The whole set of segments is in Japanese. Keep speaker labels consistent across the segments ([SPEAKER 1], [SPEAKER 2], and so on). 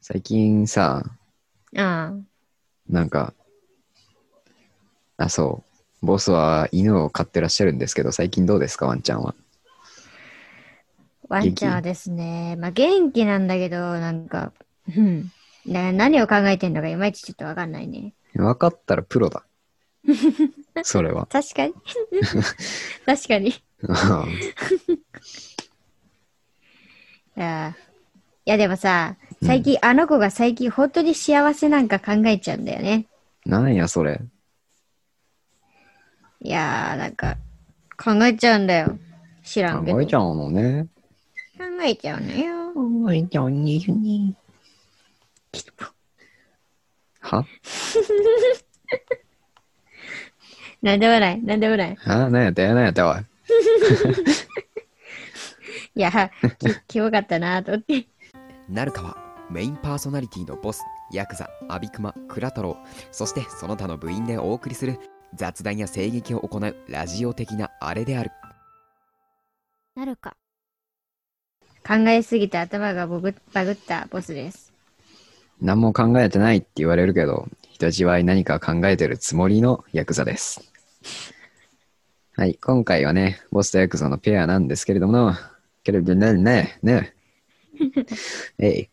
[SPEAKER 1] 最近さ、
[SPEAKER 2] ああ。
[SPEAKER 1] なんか、あ、そう、ボスは犬を飼ってらっしゃるんですけど、最近どうですか、ワンちゃんは。
[SPEAKER 2] ワンちゃんはですね、まあ元気なんだけど、なんか、うん。な何を考えてんのかいまいちちょっとわかんないね。
[SPEAKER 1] 分かったらプロだ。それは。
[SPEAKER 2] 確かに。確かに。ああいやでもさ、最近、あの子が最近本当に幸せなんか考えちゃうんだよね。
[SPEAKER 1] なんや、それ。
[SPEAKER 2] いやー、なんか、考えちゃうんだよ。知らんけど。
[SPEAKER 1] 考えちゃうのね。
[SPEAKER 2] 考えちゃうのよ。
[SPEAKER 1] 考えちゃうに。は
[SPEAKER 2] なんでもない、なんでもない。
[SPEAKER 1] あ、なんやった、なんやった、おい。
[SPEAKER 2] いや、 き、きよかったなと思って。
[SPEAKER 3] なるかはメインパーソナリティのボスヤクザアビクマクラ太郎そしてその他の部員でお送りする雑談や声劇を行うラジオ的なあれである
[SPEAKER 2] なるか。考えすぎて頭がボグバグったボスです。
[SPEAKER 1] 何も考えてないって言われるけど、人じわい何か考えてるつもりのヤクザです。はい、今回はね、ボスとヤクザのペアなんですけれども、けれどね、ね、ね、えい。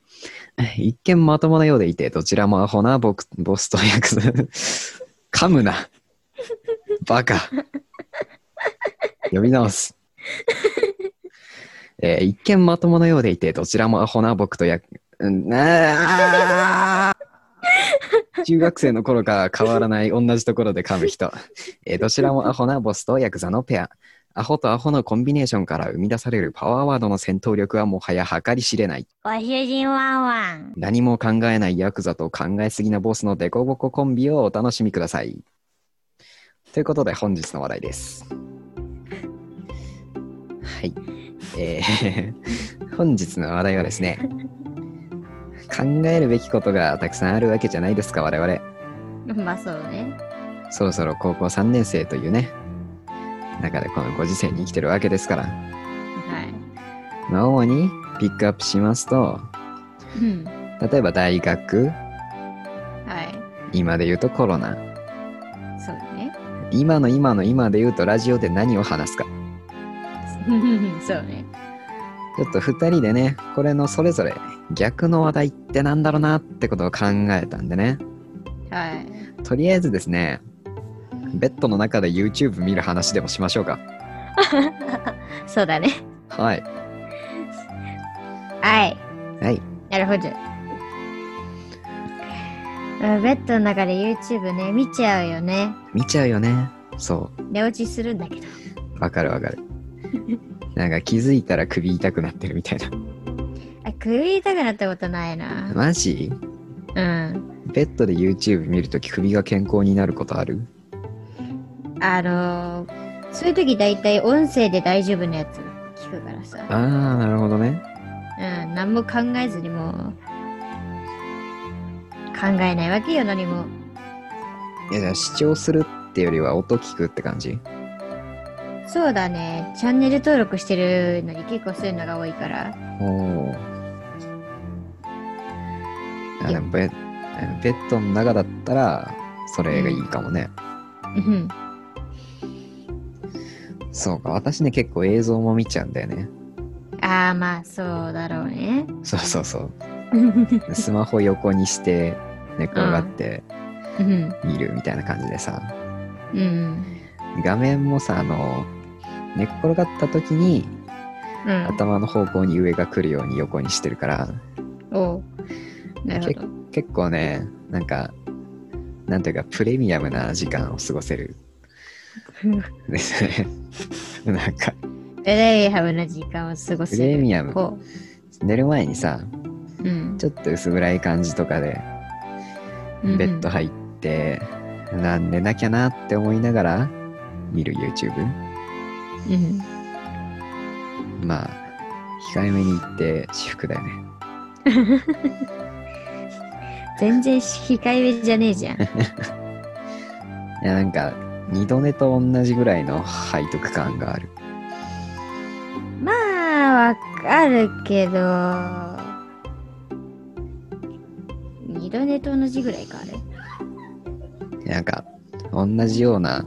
[SPEAKER 1] 一見まともなようでいて、どちらもアホな僕、ボスとヤクザ。噛むな。バカ。呼び直す。えー一見まともなようでいて、どちらもアホな僕とヤク、うんあー中学生の頃から変わらない同じところで噛む人、えーどちらもアホなボスとヤクザのペアアホとアホのコンビネーションから生み出されるパワーワードの戦闘力はもはや計り知れない
[SPEAKER 2] ご主人ワンワン。
[SPEAKER 1] 何も考えないヤクザと考えすぎなボスのデコボココンビをお楽しみくださいということで本日の話題ですはいえー 本日の話題はですね考えるべきことがたくさんあるわけじゃないですか我々
[SPEAKER 2] まあそうね。
[SPEAKER 1] そろそろ高校3年生というね中でこのご時世に生きてるわけですから、
[SPEAKER 2] は
[SPEAKER 1] まあ、主にピックアップしますと
[SPEAKER 2] い。うん。
[SPEAKER 1] 例えば大学
[SPEAKER 2] はい。
[SPEAKER 1] 今で言うとコロナ
[SPEAKER 2] そうだ ね。
[SPEAKER 1] 今の今の今で言うとラジオで何を話すか
[SPEAKER 2] そうね。
[SPEAKER 1] ちょっと2人でねこれのそれぞれ逆の話題ってなんだろうなってことを考えたんでね
[SPEAKER 2] はい。
[SPEAKER 1] とりあえずですねベッドの中で YouTube 見る話でもしましょうか
[SPEAKER 2] そうだね。
[SPEAKER 1] はい
[SPEAKER 2] はい。
[SPEAKER 1] はい
[SPEAKER 2] なるほど。うんベッドの中で YouTube ね、見ちゃうよね。
[SPEAKER 1] 見ちゃうよねそ
[SPEAKER 2] 寝落ちするんだけど。
[SPEAKER 1] うわかるわかるなんか気づいたら首痛くなってるみたいな
[SPEAKER 2] あ、首痛くなったことないな。
[SPEAKER 1] マジ
[SPEAKER 2] うん。
[SPEAKER 1] ベッドで YouTube 見るとき首が健康になることある
[SPEAKER 2] あのー、そういう時大体音声で大丈夫なやつ聞くからさ。
[SPEAKER 1] ああなるほどね
[SPEAKER 2] うん、何も考えずにもう考えないわけよ、何も。
[SPEAKER 1] いやじゃあ視聴するってよりは音聞くって感じ
[SPEAKER 2] そうだね、チャンネル登録してるのに結構そういうのが多いから。
[SPEAKER 1] おお。あ
[SPEAKER 2] い
[SPEAKER 1] で
[SPEAKER 2] や
[SPEAKER 1] もベベッドの中だったら、それがいいかもね。
[SPEAKER 2] うん。
[SPEAKER 1] そうか、私ね、結構映像も見ちゃうんだよね。
[SPEAKER 2] ああ、まあ、そうだろうね。
[SPEAKER 1] そうそう そう。
[SPEAKER 2] うん
[SPEAKER 1] スマホ横にして、寝転がって
[SPEAKER 2] うん。
[SPEAKER 1] 見るみたいな感じでさ。
[SPEAKER 2] うん。
[SPEAKER 1] 画面もさ、あの、寝っ転がった時に
[SPEAKER 2] うん。
[SPEAKER 1] 頭の方向に上が来るように横にしてるから、
[SPEAKER 2] おうなるほど。
[SPEAKER 1] 結構ね、なんか、なんていうか、プレミアムな時間を過ごせる ですね。なんか、
[SPEAKER 2] プレイハブな時間を過ご
[SPEAKER 1] プ
[SPEAKER 2] せ
[SPEAKER 1] レ
[SPEAKER 2] る。
[SPEAKER 1] ミアム
[SPEAKER 2] こ
[SPEAKER 1] 寝る前にさ
[SPEAKER 2] う。うん。
[SPEAKER 1] ちょっと薄暗い感じとかで
[SPEAKER 2] うんうん
[SPEAKER 1] ベッド入って、なんでなきゃなって思いながら見る YouTube
[SPEAKER 2] うん。
[SPEAKER 1] まあ控えめに言って私服だよね
[SPEAKER 2] 全然控えめじゃねえじゃん。
[SPEAKER 1] いやなんか二度寝と同じぐらいの背徳感がある
[SPEAKER 2] まあ、わかるけど、色ネと同じぐらいか、あれ。
[SPEAKER 1] なんか、同じような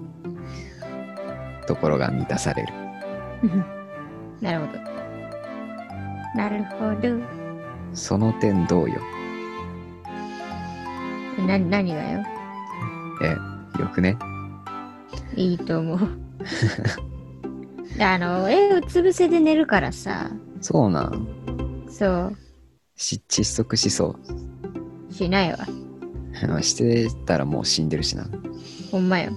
[SPEAKER 1] ところが満たされる。
[SPEAKER 2] なるほど。なるほど。
[SPEAKER 1] その点どうよ。
[SPEAKER 2] な、何がよ。
[SPEAKER 1] え、よくね。
[SPEAKER 2] いいと思う。 あの、え、うつ伏せで寝るからさ、
[SPEAKER 1] そうなん。
[SPEAKER 2] そう、
[SPEAKER 1] し窒息しそう。
[SPEAKER 2] しないわ。
[SPEAKER 1] あのしてたらもう死んでるしな。
[SPEAKER 2] ほんまよ。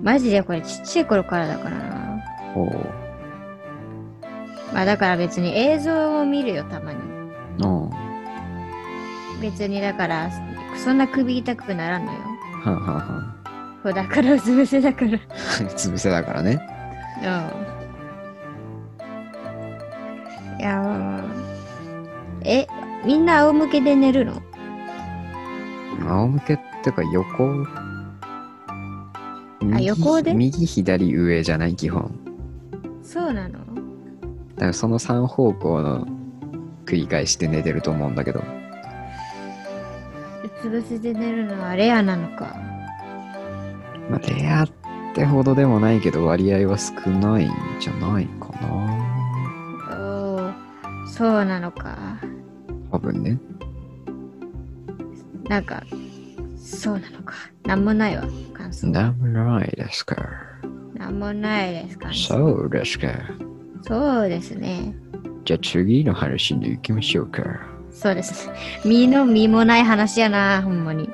[SPEAKER 2] マジでこれちっちゃい頃からだからな。
[SPEAKER 1] おお。
[SPEAKER 2] まあだから別に映像を見るよ、たまに。
[SPEAKER 1] うん。は
[SPEAKER 2] 別にだから、そんな首痛くならんのよ。
[SPEAKER 1] んはんは
[SPEAKER 2] そうだからうつ伏せだから。
[SPEAKER 1] ん。うつ伏せだからね。
[SPEAKER 2] うん。いや、もうえ、みんな仰向けで寝るの
[SPEAKER 1] 仰向けってか横。右
[SPEAKER 2] 横で
[SPEAKER 1] 右左上じゃない基本。
[SPEAKER 2] そうなの
[SPEAKER 1] だからその3方向の繰り返しで寝てると思うんだけど。
[SPEAKER 2] うつ伏せで寝るのはレアなのか。
[SPEAKER 1] まあ、レアってほどでもないけど割合は少ないんじゃないかな。
[SPEAKER 2] おお、そうなのか。
[SPEAKER 1] 多分ね。
[SPEAKER 2] なんか、そうなのか。なんもないわ、感想。
[SPEAKER 1] なんもないですか。
[SPEAKER 2] なんもないですか、ね。
[SPEAKER 1] そうですか。
[SPEAKER 2] そうですね。
[SPEAKER 1] じゃあ次の話に行きましょうか。
[SPEAKER 2] そうです。 身の身もない話やな、ほんまに。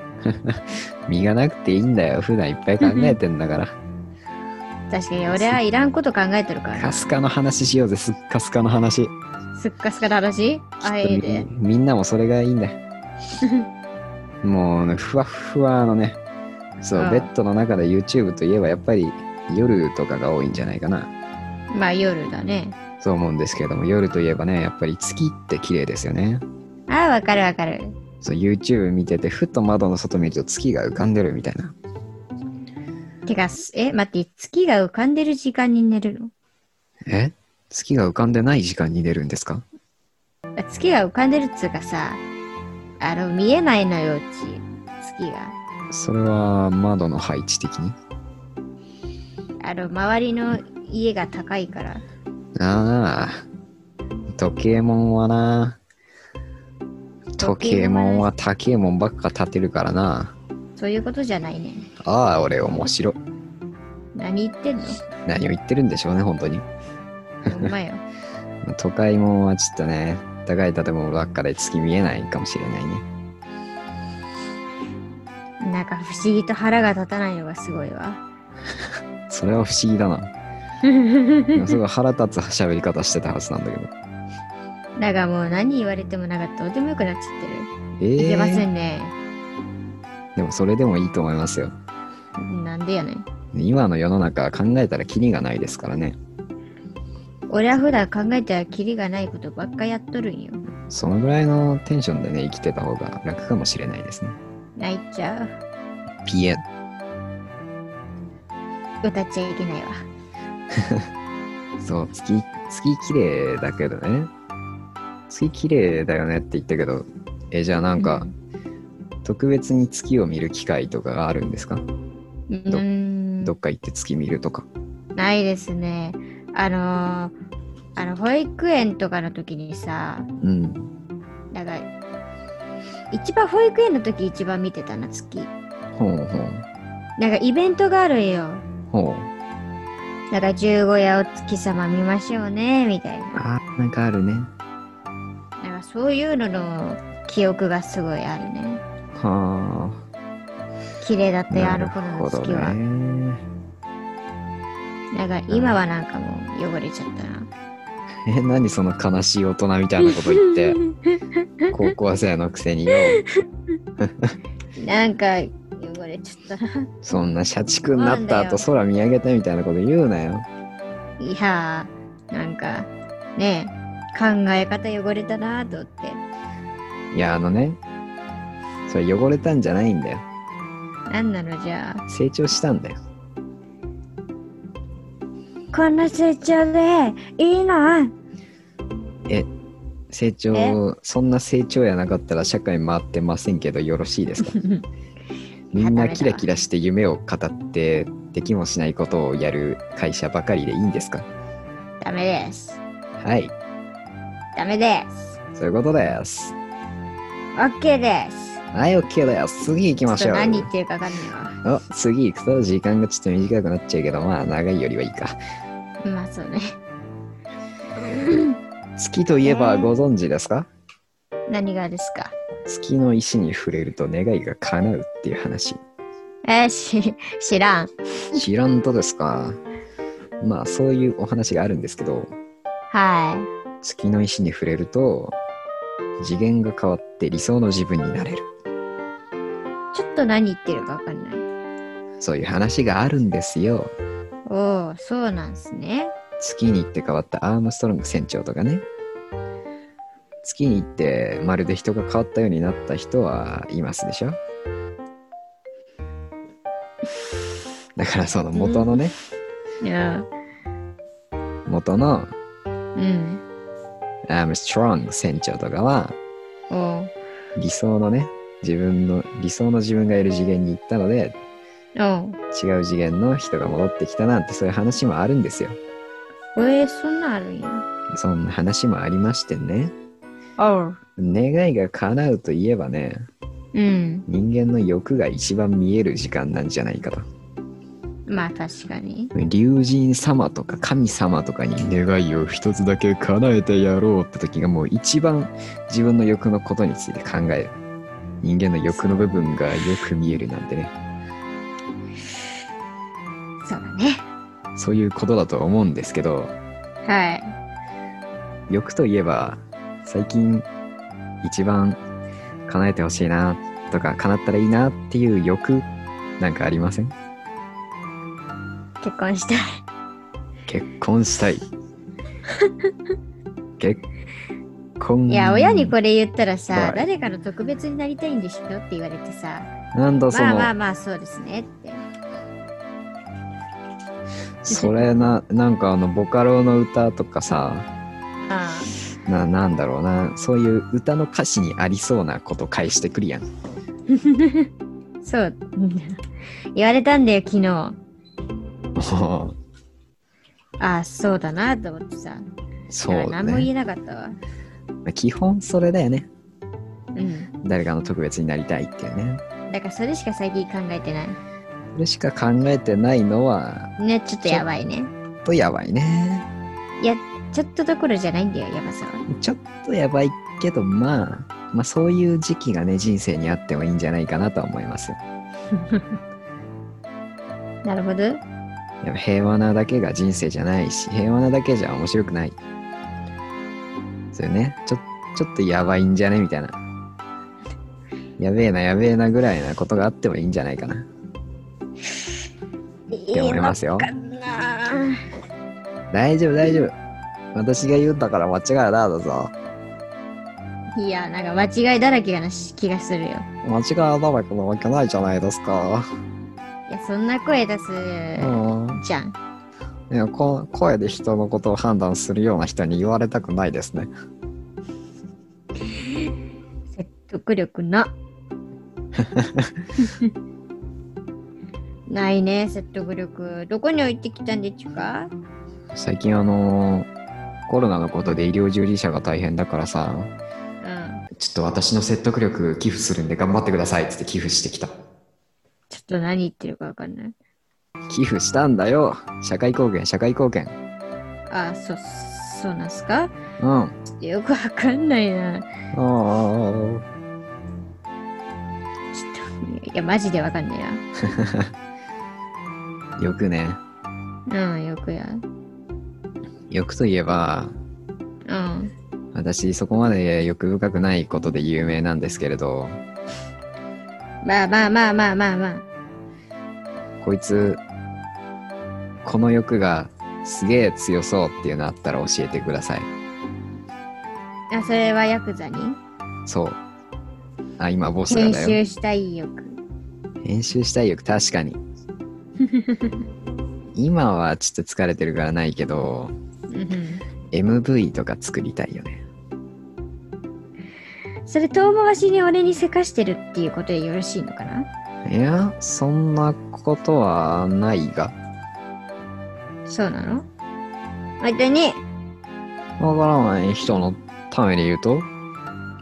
[SPEAKER 1] 身がなくていいんだよ。普段いっぱい考えてんだから。
[SPEAKER 2] 確かに俺はいらんこと考えてるから
[SPEAKER 1] カスカの話しようぜ、すっかすかの話。
[SPEAKER 2] な。すっかすかの話あええで。
[SPEAKER 1] みみんなもそれがいい んだよ。もうね、ふわっふわのね。そうう、
[SPEAKER 2] ん
[SPEAKER 1] ベッドの中で YouTube といえばやっぱり夜とかが多いんじゃないかな。
[SPEAKER 2] まあ夜だね。
[SPEAKER 1] そう思うんですけれども、夜といえばね、やっぱり月って綺麗ですよね。
[SPEAKER 2] ああ、わかるわかる。
[SPEAKER 1] そう、YouTube 見てて、ふと窓の外見ると月が浮かんでるみたいな。
[SPEAKER 2] てか、すえ、待って、月が浮かんでる時間に寝るの
[SPEAKER 1] え月が浮かんでない時間に出るんですか
[SPEAKER 2] あ月が浮かんでるっつうかさ、あの、見えないのよ、うち、月が。
[SPEAKER 1] それは窓の配置的に
[SPEAKER 2] あの、周りの家が高いから。
[SPEAKER 1] ああ、時計もんはな。時計もんは高えもんばっか立てるからな。
[SPEAKER 2] そういうことじゃないね。
[SPEAKER 1] ああ、俺面白。
[SPEAKER 2] 何言ってんの
[SPEAKER 1] 何を言ってるんでしょうね、本当に。
[SPEAKER 2] ほんまよ。
[SPEAKER 1] 都会もんはちょっとね、高い建物ばっかで月見えないかもしれないね。
[SPEAKER 2] なんか不思議と腹が立たないのがすごいわ。
[SPEAKER 1] それは不思議だな。でもすごい腹立つ喋り方してたはずなんだけど。
[SPEAKER 2] だがもう何言われてもなんかどうでもよくなっちゃってる。
[SPEAKER 1] え
[SPEAKER 2] いけませ
[SPEAKER 1] え
[SPEAKER 2] んね。
[SPEAKER 1] でもそれでもいいと思いますよ。
[SPEAKER 2] なんでやねん。
[SPEAKER 1] 今の世の中は考えたらキリがないですからね。
[SPEAKER 2] 俺は普段考えたらキリがないことばっかやっとるんよ。
[SPEAKER 1] そのぐらいのテンションでね、生きてた方が楽かもしれないですね。
[SPEAKER 2] 泣いちゃう。
[SPEAKER 1] ピエ
[SPEAKER 2] 歌っちゃいけないわ。
[SPEAKER 1] そう、月、月綺麗だけどね。月綺麗だよねって言ったけど、え、じゃあなんか、特別に月を見る機会とかがあるんですか、
[SPEAKER 2] う
[SPEAKER 1] ど
[SPEAKER 2] ん。
[SPEAKER 1] どっか行って月見るとか。
[SPEAKER 2] ないですね。あのーあの保育園とかの時にさ、
[SPEAKER 1] うん。
[SPEAKER 2] だから一番保育園の時一番見てたな月。
[SPEAKER 1] ほうほう。
[SPEAKER 2] なんかイベントがあるんよ。
[SPEAKER 1] ほう。
[SPEAKER 2] だから十五夜お月様見ましょうねみたいな。
[SPEAKER 1] あー、なんかあるね。
[SPEAKER 2] なんかそういうのの記憶がすごいあるね。
[SPEAKER 1] は
[SPEAKER 2] 綺麗だっ
[SPEAKER 1] あ。
[SPEAKER 2] たよあ
[SPEAKER 1] なる
[SPEAKER 2] の頃の
[SPEAKER 1] ほど
[SPEAKER 2] 月は。
[SPEAKER 1] ね。
[SPEAKER 2] だから今はなんかもう汚れちゃったな。
[SPEAKER 1] え、何その悲しい大人みたいなこと言 って。高校生のくせによ
[SPEAKER 2] なんか汚れちゃったな。
[SPEAKER 1] そんな社畜になった
[SPEAKER 2] なんだ
[SPEAKER 1] 後
[SPEAKER 2] よ
[SPEAKER 1] 空見上げてみたいなこと言うなよ
[SPEAKER 2] いやー、なんかねえ、考え方汚れたなーと思って。
[SPEAKER 1] いやあのねそれ汚れたんじゃないんだよ
[SPEAKER 2] なんなのじゃあ。
[SPEAKER 1] 成長したんだよ
[SPEAKER 2] こんな成長でいいの
[SPEAKER 1] え成長、そんな成長やなかったら社会回ってませんけど、よろしい ですかみんなキラキラして夢を語って、できもしないことをやる会社ばかりでいいんですか
[SPEAKER 2] ダメです。
[SPEAKER 1] はい、
[SPEAKER 2] ダメです。
[SPEAKER 1] そういうことです。
[SPEAKER 2] オッケーです。
[SPEAKER 1] はい、OK だよ。次行きましょう
[SPEAKER 2] ちょっ。と何言ってるかわかんない
[SPEAKER 1] お次行くと時間がちょっと短くなっちゃうけど、まあ長いよりはいいか。
[SPEAKER 2] わ。まあそうね。
[SPEAKER 1] 月といえば
[SPEAKER 2] えー
[SPEAKER 1] ご存知ですか、
[SPEAKER 2] 何がですか
[SPEAKER 1] 月の石に触れると願いが叶うっていう話。
[SPEAKER 2] えー、し、知らん。
[SPEAKER 1] 知らんとですか。まあそういうお話があるんですけど、
[SPEAKER 2] は
[SPEAKER 1] 月の石に触れると次元が変わって理想の自分になれる。
[SPEAKER 2] い。ちょっと何言ってるかわかんない。
[SPEAKER 1] そういう話があるんですよ。
[SPEAKER 2] おお、そうなんですね。
[SPEAKER 1] 月に行って変わったアームストロング船長とかね月に行ってまるで人が変わったようになった人はいますでしょだからその元のね、
[SPEAKER 2] うん。
[SPEAKER 1] 元の
[SPEAKER 2] うん。
[SPEAKER 1] アームストロング船長とかは
[SPEAKER 2] おお。
[SPEAKER 1] 理想のね自分の理想の自分がいる次元に行ったので
[SPEAKER 2] おう
[SPEAKER 1] 違う次元の人が戻ってきたなんてそういう話もあるんですよ
[SPEAKER 2] えー、そんなんあるんや。
[SPEAKER 1] そんな話もありましてね
[SPEAKER 2] おう。
[SPEAKER 1] 願いが叶うといえばね
[SPEAKER 2] うん。
[SPEAKER 1] 人間の欲が一番見える時間なんじゃないかと。
[SPEAKER 2] まあ確かに。
[SPEAKER 1] 竜神様とか神様とかに願いを一つだけ叶えてやろうって時がもう一番自分の欲のことについて考える。人間の欲の部分がよく見えるなんてね。
[SPEAKER 2] そうだね。
[SPEAKER 1] そういうことだと思うんですけど、
[SPEAKER 2] はい。
[SPEAKER 1] 欲といえば最近一番叶えてほしいなとか叶ったらいいなっていう欲なんかありません
[SPEAKER 2] 結婚したい。
[SPEAKER 1] 結婚した い結婚
[SPEAKER 2] いや、親にこれ言ったら
[SPEAKER 1] は
[SPEAKER 2] さ
[SPEAKER 1] い、
[SPEAKER 2] 誰かの特別になりたいんでしょって言われてさ、
[SPEAKER 1] なんだその、
[SPEAKER 2] まあまあまあそうですねって。
[SPEAKER 1] それななんかあのボカロの歌とかさ
[SPEAKER 2] あ
[SPEAKER 1] ななんだろうなそういう歌の歌詞にありそうなこと返してくるやん
[SPEAKER 2] あ、そう。 言われたんだよ、昨日。
[SPEAKER 1] も
[SPEAKER 2] ああ、そうだなと思ってさ。
[SPEAKER 1] うそうだ
[SPEAKER 2] 何も言
[SPEAKER 1] ね
[SPEAKER 2] えなかったわ。
[SPEAKER 1] 基本それだよね
[SPEAKER 2] うん。
[SPEAKER 1] 誰かの特別になりたいっていうね
[SPEAKER 2] だからそれしか最近考えてない。
[SPEAKER 1] それしか考えてないのは
[SPEAKER 2] ね、ちょっとやばいね。
[SPEAKER 1] ちょっとやばいね
[SPEAKER 2] ちょっとどころじゃないんだよ、やばさは。
[SPEAKER 1] ちょっとやばいけどまあまあそういう時期がね人生にあってもいいんじゃないかなとは思います
[SPEAKER 2] なるほど。
[SPEAKER 1] でも平和なだけが人生じゃないし平和なだけじゃ面白くないそれねちょちょっとやばいんじゃねみたいなやべえなやべえなぐらいなことがあってもいいんじゃないかなって思いますよ
[SPEAKER 2] いいのかな
[SPEAKER 1] 大丈夫大丈夫私が言うんだから間違いないだぞ
[SPEAKER 2] いや、なんか間違いだらけな気がするよ。
[SPEAKER 1] 間違いだらけなわけないじゃないですか
[SPEAKER 2] いや、そんな声出す
[SPEAKER 1] うん
[SPEAKER 2] じゃん。
[SPEAKER 1] いやこ声で人のことを判断するような人に言われたくないですね
[SPEAKER 2] 説得力な。ないね、説得力。どこに置いてきたんでちゅか
[SPEAKER 1] 最近あのコロナのことで医療従事者が大変だからさ
[SPEAKER 2] うん。
[SPEAKER 1] ちょっと私の説得力寄付するんで頑張ってくださいっつって寄付してきた。
[SPEAKER 2] ちょっと何言ってるかわかんない。
[SPEAKER 1] 寄付したんだよ社会貢献、社会貢献。
[SPEAKER 2] あ、そ、そうなんすか
[SPEAKER 1] うん。あ
[SPEAKER 2] ちょっとよくわかんないな。
[SPEAKER 1] あああ
[SPEAKER 2] ちょっと、いや、マジでわかんない
[SPEAKER 1] ああよくね。
[SPEAKER 2] な。うん、よくや。
[SPEAKER 1] 欲といえば、
[SPEAKER 2] うん。
[SPEAKER 1] 私そこまで欲深くないことで有名なんですけれど、
[SPEAKER 2] まあまあまあまあまあまあ。
[SPEAKER 1] こいつ、この欲がすげえ強そうっていうのあったら教えてください。
[SPEAKER 2] あ、それはヤクザに
[SPEAKER 1] そう。あ、今ボスが
[SPEAKER 2] 編
[SPEAKER 1] だよ。
[SPEAKER 2] 集したい欲。
[SPEAKER 1] 編集したい欲確か に。今はちょっと疲れてるからないけど、
[SPEAKER 2] うん
[SPEAKER 1] MV とか作りたいよね。
[SPEAKER 2] それ遠回しに俺にせかしてるっていうことでよろしいのかない
[SPEAKER 1] や、そんなことはないが。
[SPEAKER 2] そうなの相手に、
[SPEAKER 1] わからない人のために言うと、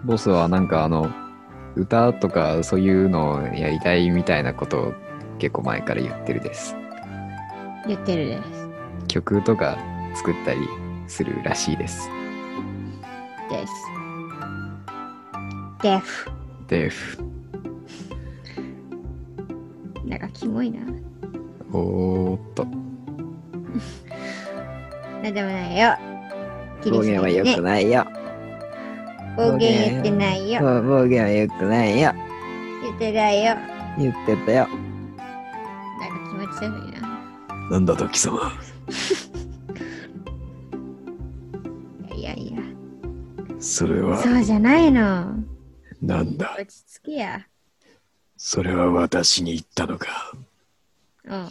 [SPEAKER 1] ボスはなんかあの、歌とかそういうのをやりたいみたいなことを結構前から言ってるです。
[SPEAKER 2] 言ってるです。
[SPEAKER 1] 曲とか作ったりするらしいです。
[SPEAKER 2] です。デフ。
[SPEAKER 1] デフ。
[SPEAKER 2] なんかキモいな。
[SPEAKER 1] おーっと。
[SPEAKER 2] なんでもないよ。気
[SPEAKER 1] 暴
[SPEAKER 2] にし
[SPEAKER 1] 言は
[SPEAKER 2] ないで
[SPEAKER 1] 良く
[SPEAKER 2] ね。
[SPEAKER 1] ないよ。
[SPEAKER 2] 暴言言ってないよ。
[SPEAKER 1] 暴暴言は良くないよ。
[SPEAKER 2] 言ってないよ。なんか
[SPEAKER 1] 言ってたよ。
[SPEAKER 2] 気持ち悪いな。
[SPEAKER 1] なんだと貴様。
[SPEAKER 2] いやいやいや。
[SPEAKER 1] それ
[SPEAKER 2] そうじゃないの。
[SPEAKER 1] なんだ
[SPEAKER 2] 落ち着けや。
[SPEAKER 1] それは私に言ったのか。
[SPEAKER 2] うん。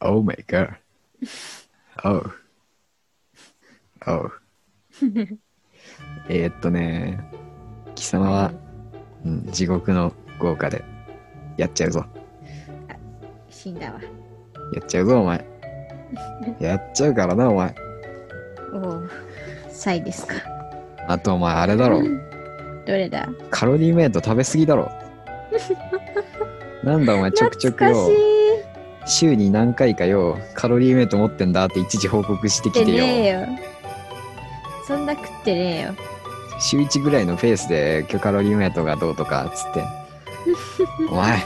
[SPEAKER 1] Oh my god. Oh. Oh. えーっとね、貴様は、うん、地獄の豪華で、やっちゃうぞ。
[SPEAKER 2] 死んだわ。
[SPEAKER 1] やっちゃうぞ、お前。やっちゃうからな、お前。
[SPEAKER 2] おお。サイですか。
[SPEAKER 1] あと、お前、あれだろ。
[SPEAKER 2] どれだ
[SPEAKER 1] カロリーメイト食べ過ぎだろ。なんだ、お前、ちょくちょく
[SPEAKER 2] 懐
[SPEAKER 1] よ
[SPEAKER 2] かしい。。
[SPEAKER 1] 週に何回かよ、カロリーメイト持ってんだって一時報告して
[SPEAKER 2] 食
[SPEAKER 1] き
[SPEAKER 2] って
[SPEAKER 1] てよ。
[SPEAKER 2] ねえよ。そんな食ってねえよ。
[SPEAKER 1] 週1ぐらいのペースで今日カロリーメイトがどうとかっつって お前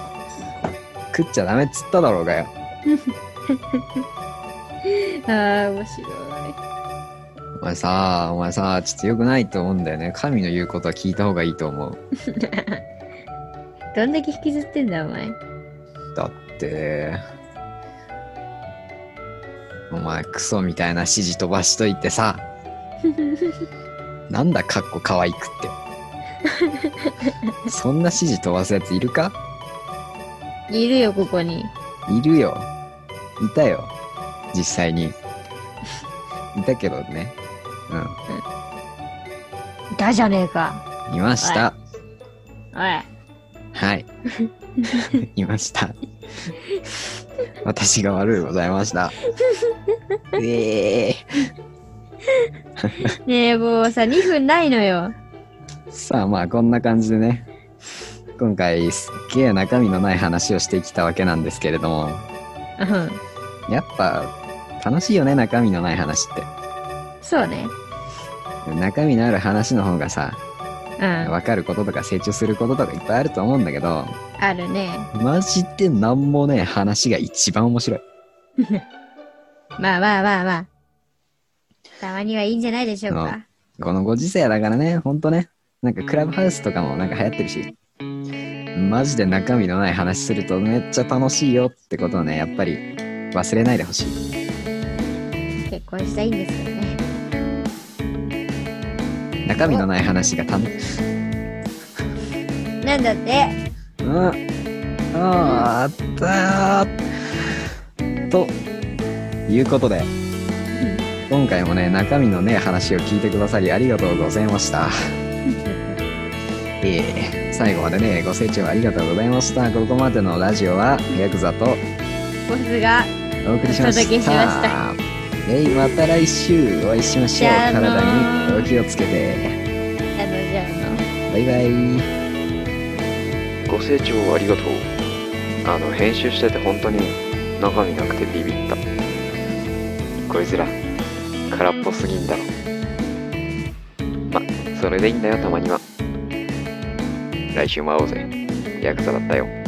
[SPEAKER 1] 食っちゃダメっつっただろうがよ
[SPEAKER 2] ああ、面白い。
[SPEAKER 1] お前さお前さちょっと良くないと思うんだよね神の言うことは聞いた方がいいと思う
[SPEAKER 2] どんだけ引きずってんだ、お前。
[SPEAKER 1] だってお前クソみたいな指示飛ばしといてさなんだかっこ可愛くってそんな指示飛ばすやついるか
[SPEAKER 2] いるよ、ここに。
[SPEAKER 1] いるよ。いたよ。実際に。いたけどね。
[SPEAKER 2] いたじゃねえか。
[SPEAKER 1] うん。いました。
[SPEAKER 2] おい。
[SPEAKER 1] はい。いました。私が悪いございました。ええ
[SPEAKER 2] ねえ、もうさ、2分ないのよ。
[SPEAKER 1] さあまあこんな感じでね。今回すっげえ中身のない話をしてきたわけなんですけれども、
[SPEAKER 2] うん。
[SPEAKER 1] やっぱ楽しいよね中身のない話っ
[SPEAKER 2] そうね。
[SPEAKER 1] て。中身のある話の方がさ、
[SPEAKER 2] うん。あ
[SPEAKER 1] 分かることとか成長することとかいっぱいあると思うんだけど、
[SPEAKER 2] るね。
[SPEAKER 1] マジでなんもねえ話が一番面白い。
[SPEAKER 2] まあまあまあまあ。たまにはいいんじゃないでしょうか。
[SPEAKER 1] このご時世だからね、ほんとね。なんかクラブハウスとかもなんか流行ってるし、マジで中身のない話するとめっちゃ楽しいよってことをね、やっぱり忘れないでほしい。
[SPEAKER 2] 結婚したいんですよね。
[SPEAKER 1] 中身のない話が楽
[SPEAKER 2] なんだって。
[SPEAKER 1] うん。ああったーということで、今回もね、中身のね、話を聞いてくださりありがとうございました。えー最後までね、ご清聴ありがとうございました。ここまでのラジオは、ヤクザと
[SPEAKER 2] ボスが、
[SPEAKER 1] お送りしました。
[SPEAKER 2] お届けしました
[SPEAKER 1] えーまた来週お会いしましょう。
[SPEAKER 2] じゃあのー
[SPEAKER 1] 体にお気をつけて。
[SPEAKER 2] あの、じゃあの。
[SPEAKER 1] バイバイ。
[SPEAKER 4] ご清聴ありがとうあの編集してて本当に中身なくてビビったこいつら空っぽすぎんだろまそれでいいんだよたまには来週も会おうぜヤクザだったよ